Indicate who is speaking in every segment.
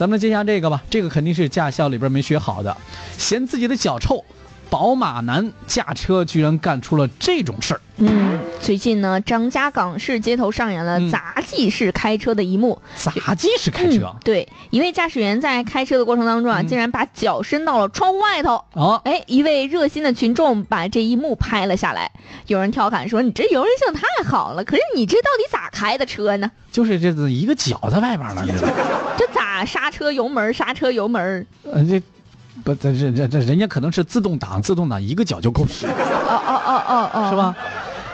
Speaker 1: 咱们接下这个吧，这个肯定是驾校里边没学好的，嫌自己的脚臭，宝马男驾车居然干出了这种事儿。
Speaker 2: 嗯，最近呢，张家港市街头上演了
Speaker 1: 嗯
Speaker 2: 杂技式开车的一幕。
Speaker 1: 杂技式开车啊
Speaker 2: 嗯、对，一位驾驶员在开车的过程当中啊，
Speaker 1: 嗯
Speaker 2: 竟然把脚伸到了窗户外头。
Speaker 1: 啊，
Speaker 2: 哎，一位热心的群众把这一幕拍了下来。有人调侃说：“你这游人性太好了，可是你这到底咋开的车呢？
Speaker 1: 就是这一个脚在外边呢，你知道吗
Speaker 2: 这咋刹车油门儿刹车油门儿？
Speaker 1: 呃，这不，这这这这人家可能是自动挡，自动挡一个脚就够使了，
Speaker 2: 哦哦哦哦哦，
Speaker 1: 是？吧？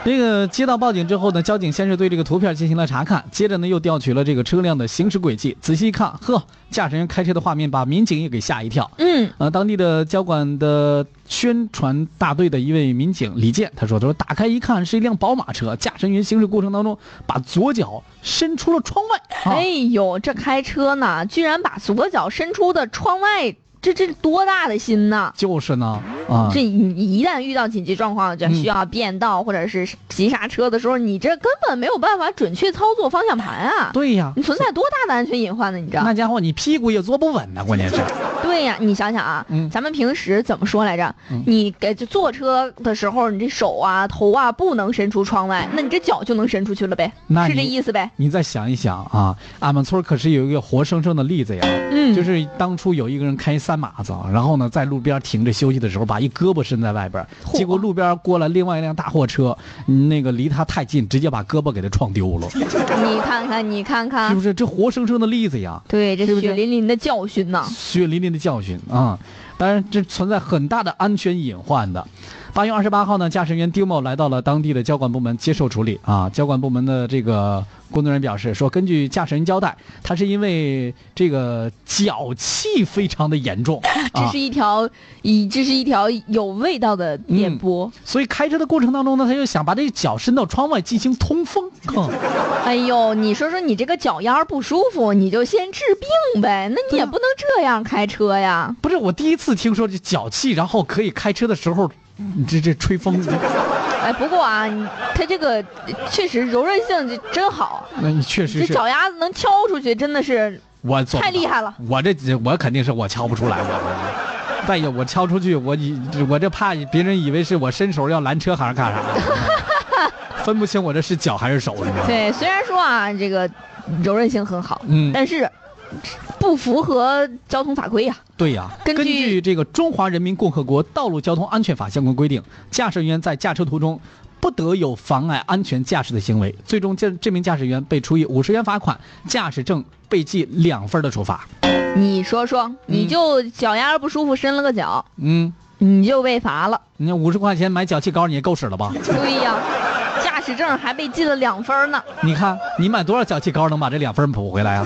Speaker 1: 这个接到报警之后呢，交警先是对这个图片进行了查看，接着呢又调取了这个车辆的行驶轨迹，仔细一看，呵，驾驶人开车的画面把民警也给吓一跳。
Speaker 2: 嗯
Speaker 1: 呃，当地的交管的宣传大队的一位民警李健，他说：“他说打开一看，是一辆宝马车，驾驶员行驶过程当中把左脚伸出了窗外。啊”
Speaker 2: 哎呦，这开车呢，居然把左脚伸出的窗外，这这多大的心呐！
Speaker 1: 就是呢，啊，嗯
Speaker 2: 这你一旦遇到紧急状况，就需要变道或者是急刹车的时候，你这根本没有办法准确操作方向盘啊！
Speaker 1: 对呀，
Speaker 2: 你存在多大的安全隐患呢？你知道？
Speaker 1: 那家伙你屁股也坐不稳呐，关键是，
Speaker 2: 对呀、你想想啊，
Speaker 1: 嗯
Speaker 2: 咱们平时怎么说来着？
Speaker 1: 嗯
Speaker 2: 你给就坐车的时候，你这手啊、头啊不能伸出窗外，那你这脚就能伸出去了呗，
Speaker 1: 那
Speaker 2: 是这
Speaker 1: 你
Speaker 2: 意思呗？
Speaker 1: 你再想一想啊，俺们村可是有一个活生生的例子呀，
Speaker 2: 嗯，
Speaker 1: 就是当初有一个人开三马子，然后呢在路边停着休息的时候，把一胳膊伸在外边，
Speaker 2: 嚯
Speaker 1: 结果路边过来另外一辆大货车，那个离他太近，直接把胳膊给他撞丢了，是
Speaker 2: 你看看，你看看，
Speaker 1: 不是？这活生生的例子呀，
Speaker 2: 对，这
Speaker 1: 对不对
Speaker 2: 血淋淋的教训呐、
Speaker 1: 血淋淋的教训啊！当然，这存在很大的安全隐患的。八月二十八号呢，驾驶员丁某来到了当地的交管部门接受处理啊。交管部门的这个工作人员表示说，根据驾驶人交代，他是因为这个脚气非常的严重，
Speaker 2: 这
Speaker 1: 啊
Speaker 2: 是一条，以这是一条有味道的
Speaker 1: 嗯
Speaker 2: 电波。
Speaker 1: 所以开车的过程当中呢，他就想把这脚伸到窗外进行通 风。哼，
Speaker 2: 哎呦，你说说你这个脚丫儿不舒服，你就先治病呗，那你
Speaker 1: 对
Speaker 2: 也
Speaker 1: 啊
Speaker 2: 不能这样开车呀。
Speaker 1: 不是我第一次听说这脚气，然后可以开车的时候，你这这吹 风，
Speaker 2: 哎，不过啊，你它这个确实柔韧性这真好，
Speaker 1: 那你确实
Speaker 2: 这
Speaker 1: 是
Speaker 2: 脚丫子能敲出去，真的是
Speaker 1: 我做不
Speaker 2: 太
Speaker 1: 到
Speaker 2: 厉害了。
Speaker 1: 我这我肯定是我敲不出来，我再有我敲出去，我以我这怕别人以为是我伸手要拦车还是干啥的，分不清我这是脚还是手，你知道吗？
Speaker 2: 对，虽然说啊，这个柔韧性很好，
Speaker 1: 嗯
Speaker 2: 但是不符合交通法规呀、
Speaker 1: 对呀、
Speaker 2: 根据
Speaker 1: 这个《中华人民共和国道路交通安全法》相关规定，驾驶员在驾车途中不得有妨碍安全驾驶的行为，最终这这名驾驶员被处以五十元罚款、驾驶证被记两分的处罚。
Speaker 2: 你说说，你就脚丫儿不舒服伸了个脚，
Speaker 1: 嗯，
Speaker 2: 你就被罚了。
Speaker 1: 你五十块钱买脚气膏你也够使了吧？
Speaker 2: 对呀，驾驶证还被记了两分呢。
Speaker 1: 你看，你买多少脚气膏能把这两分补回来啊？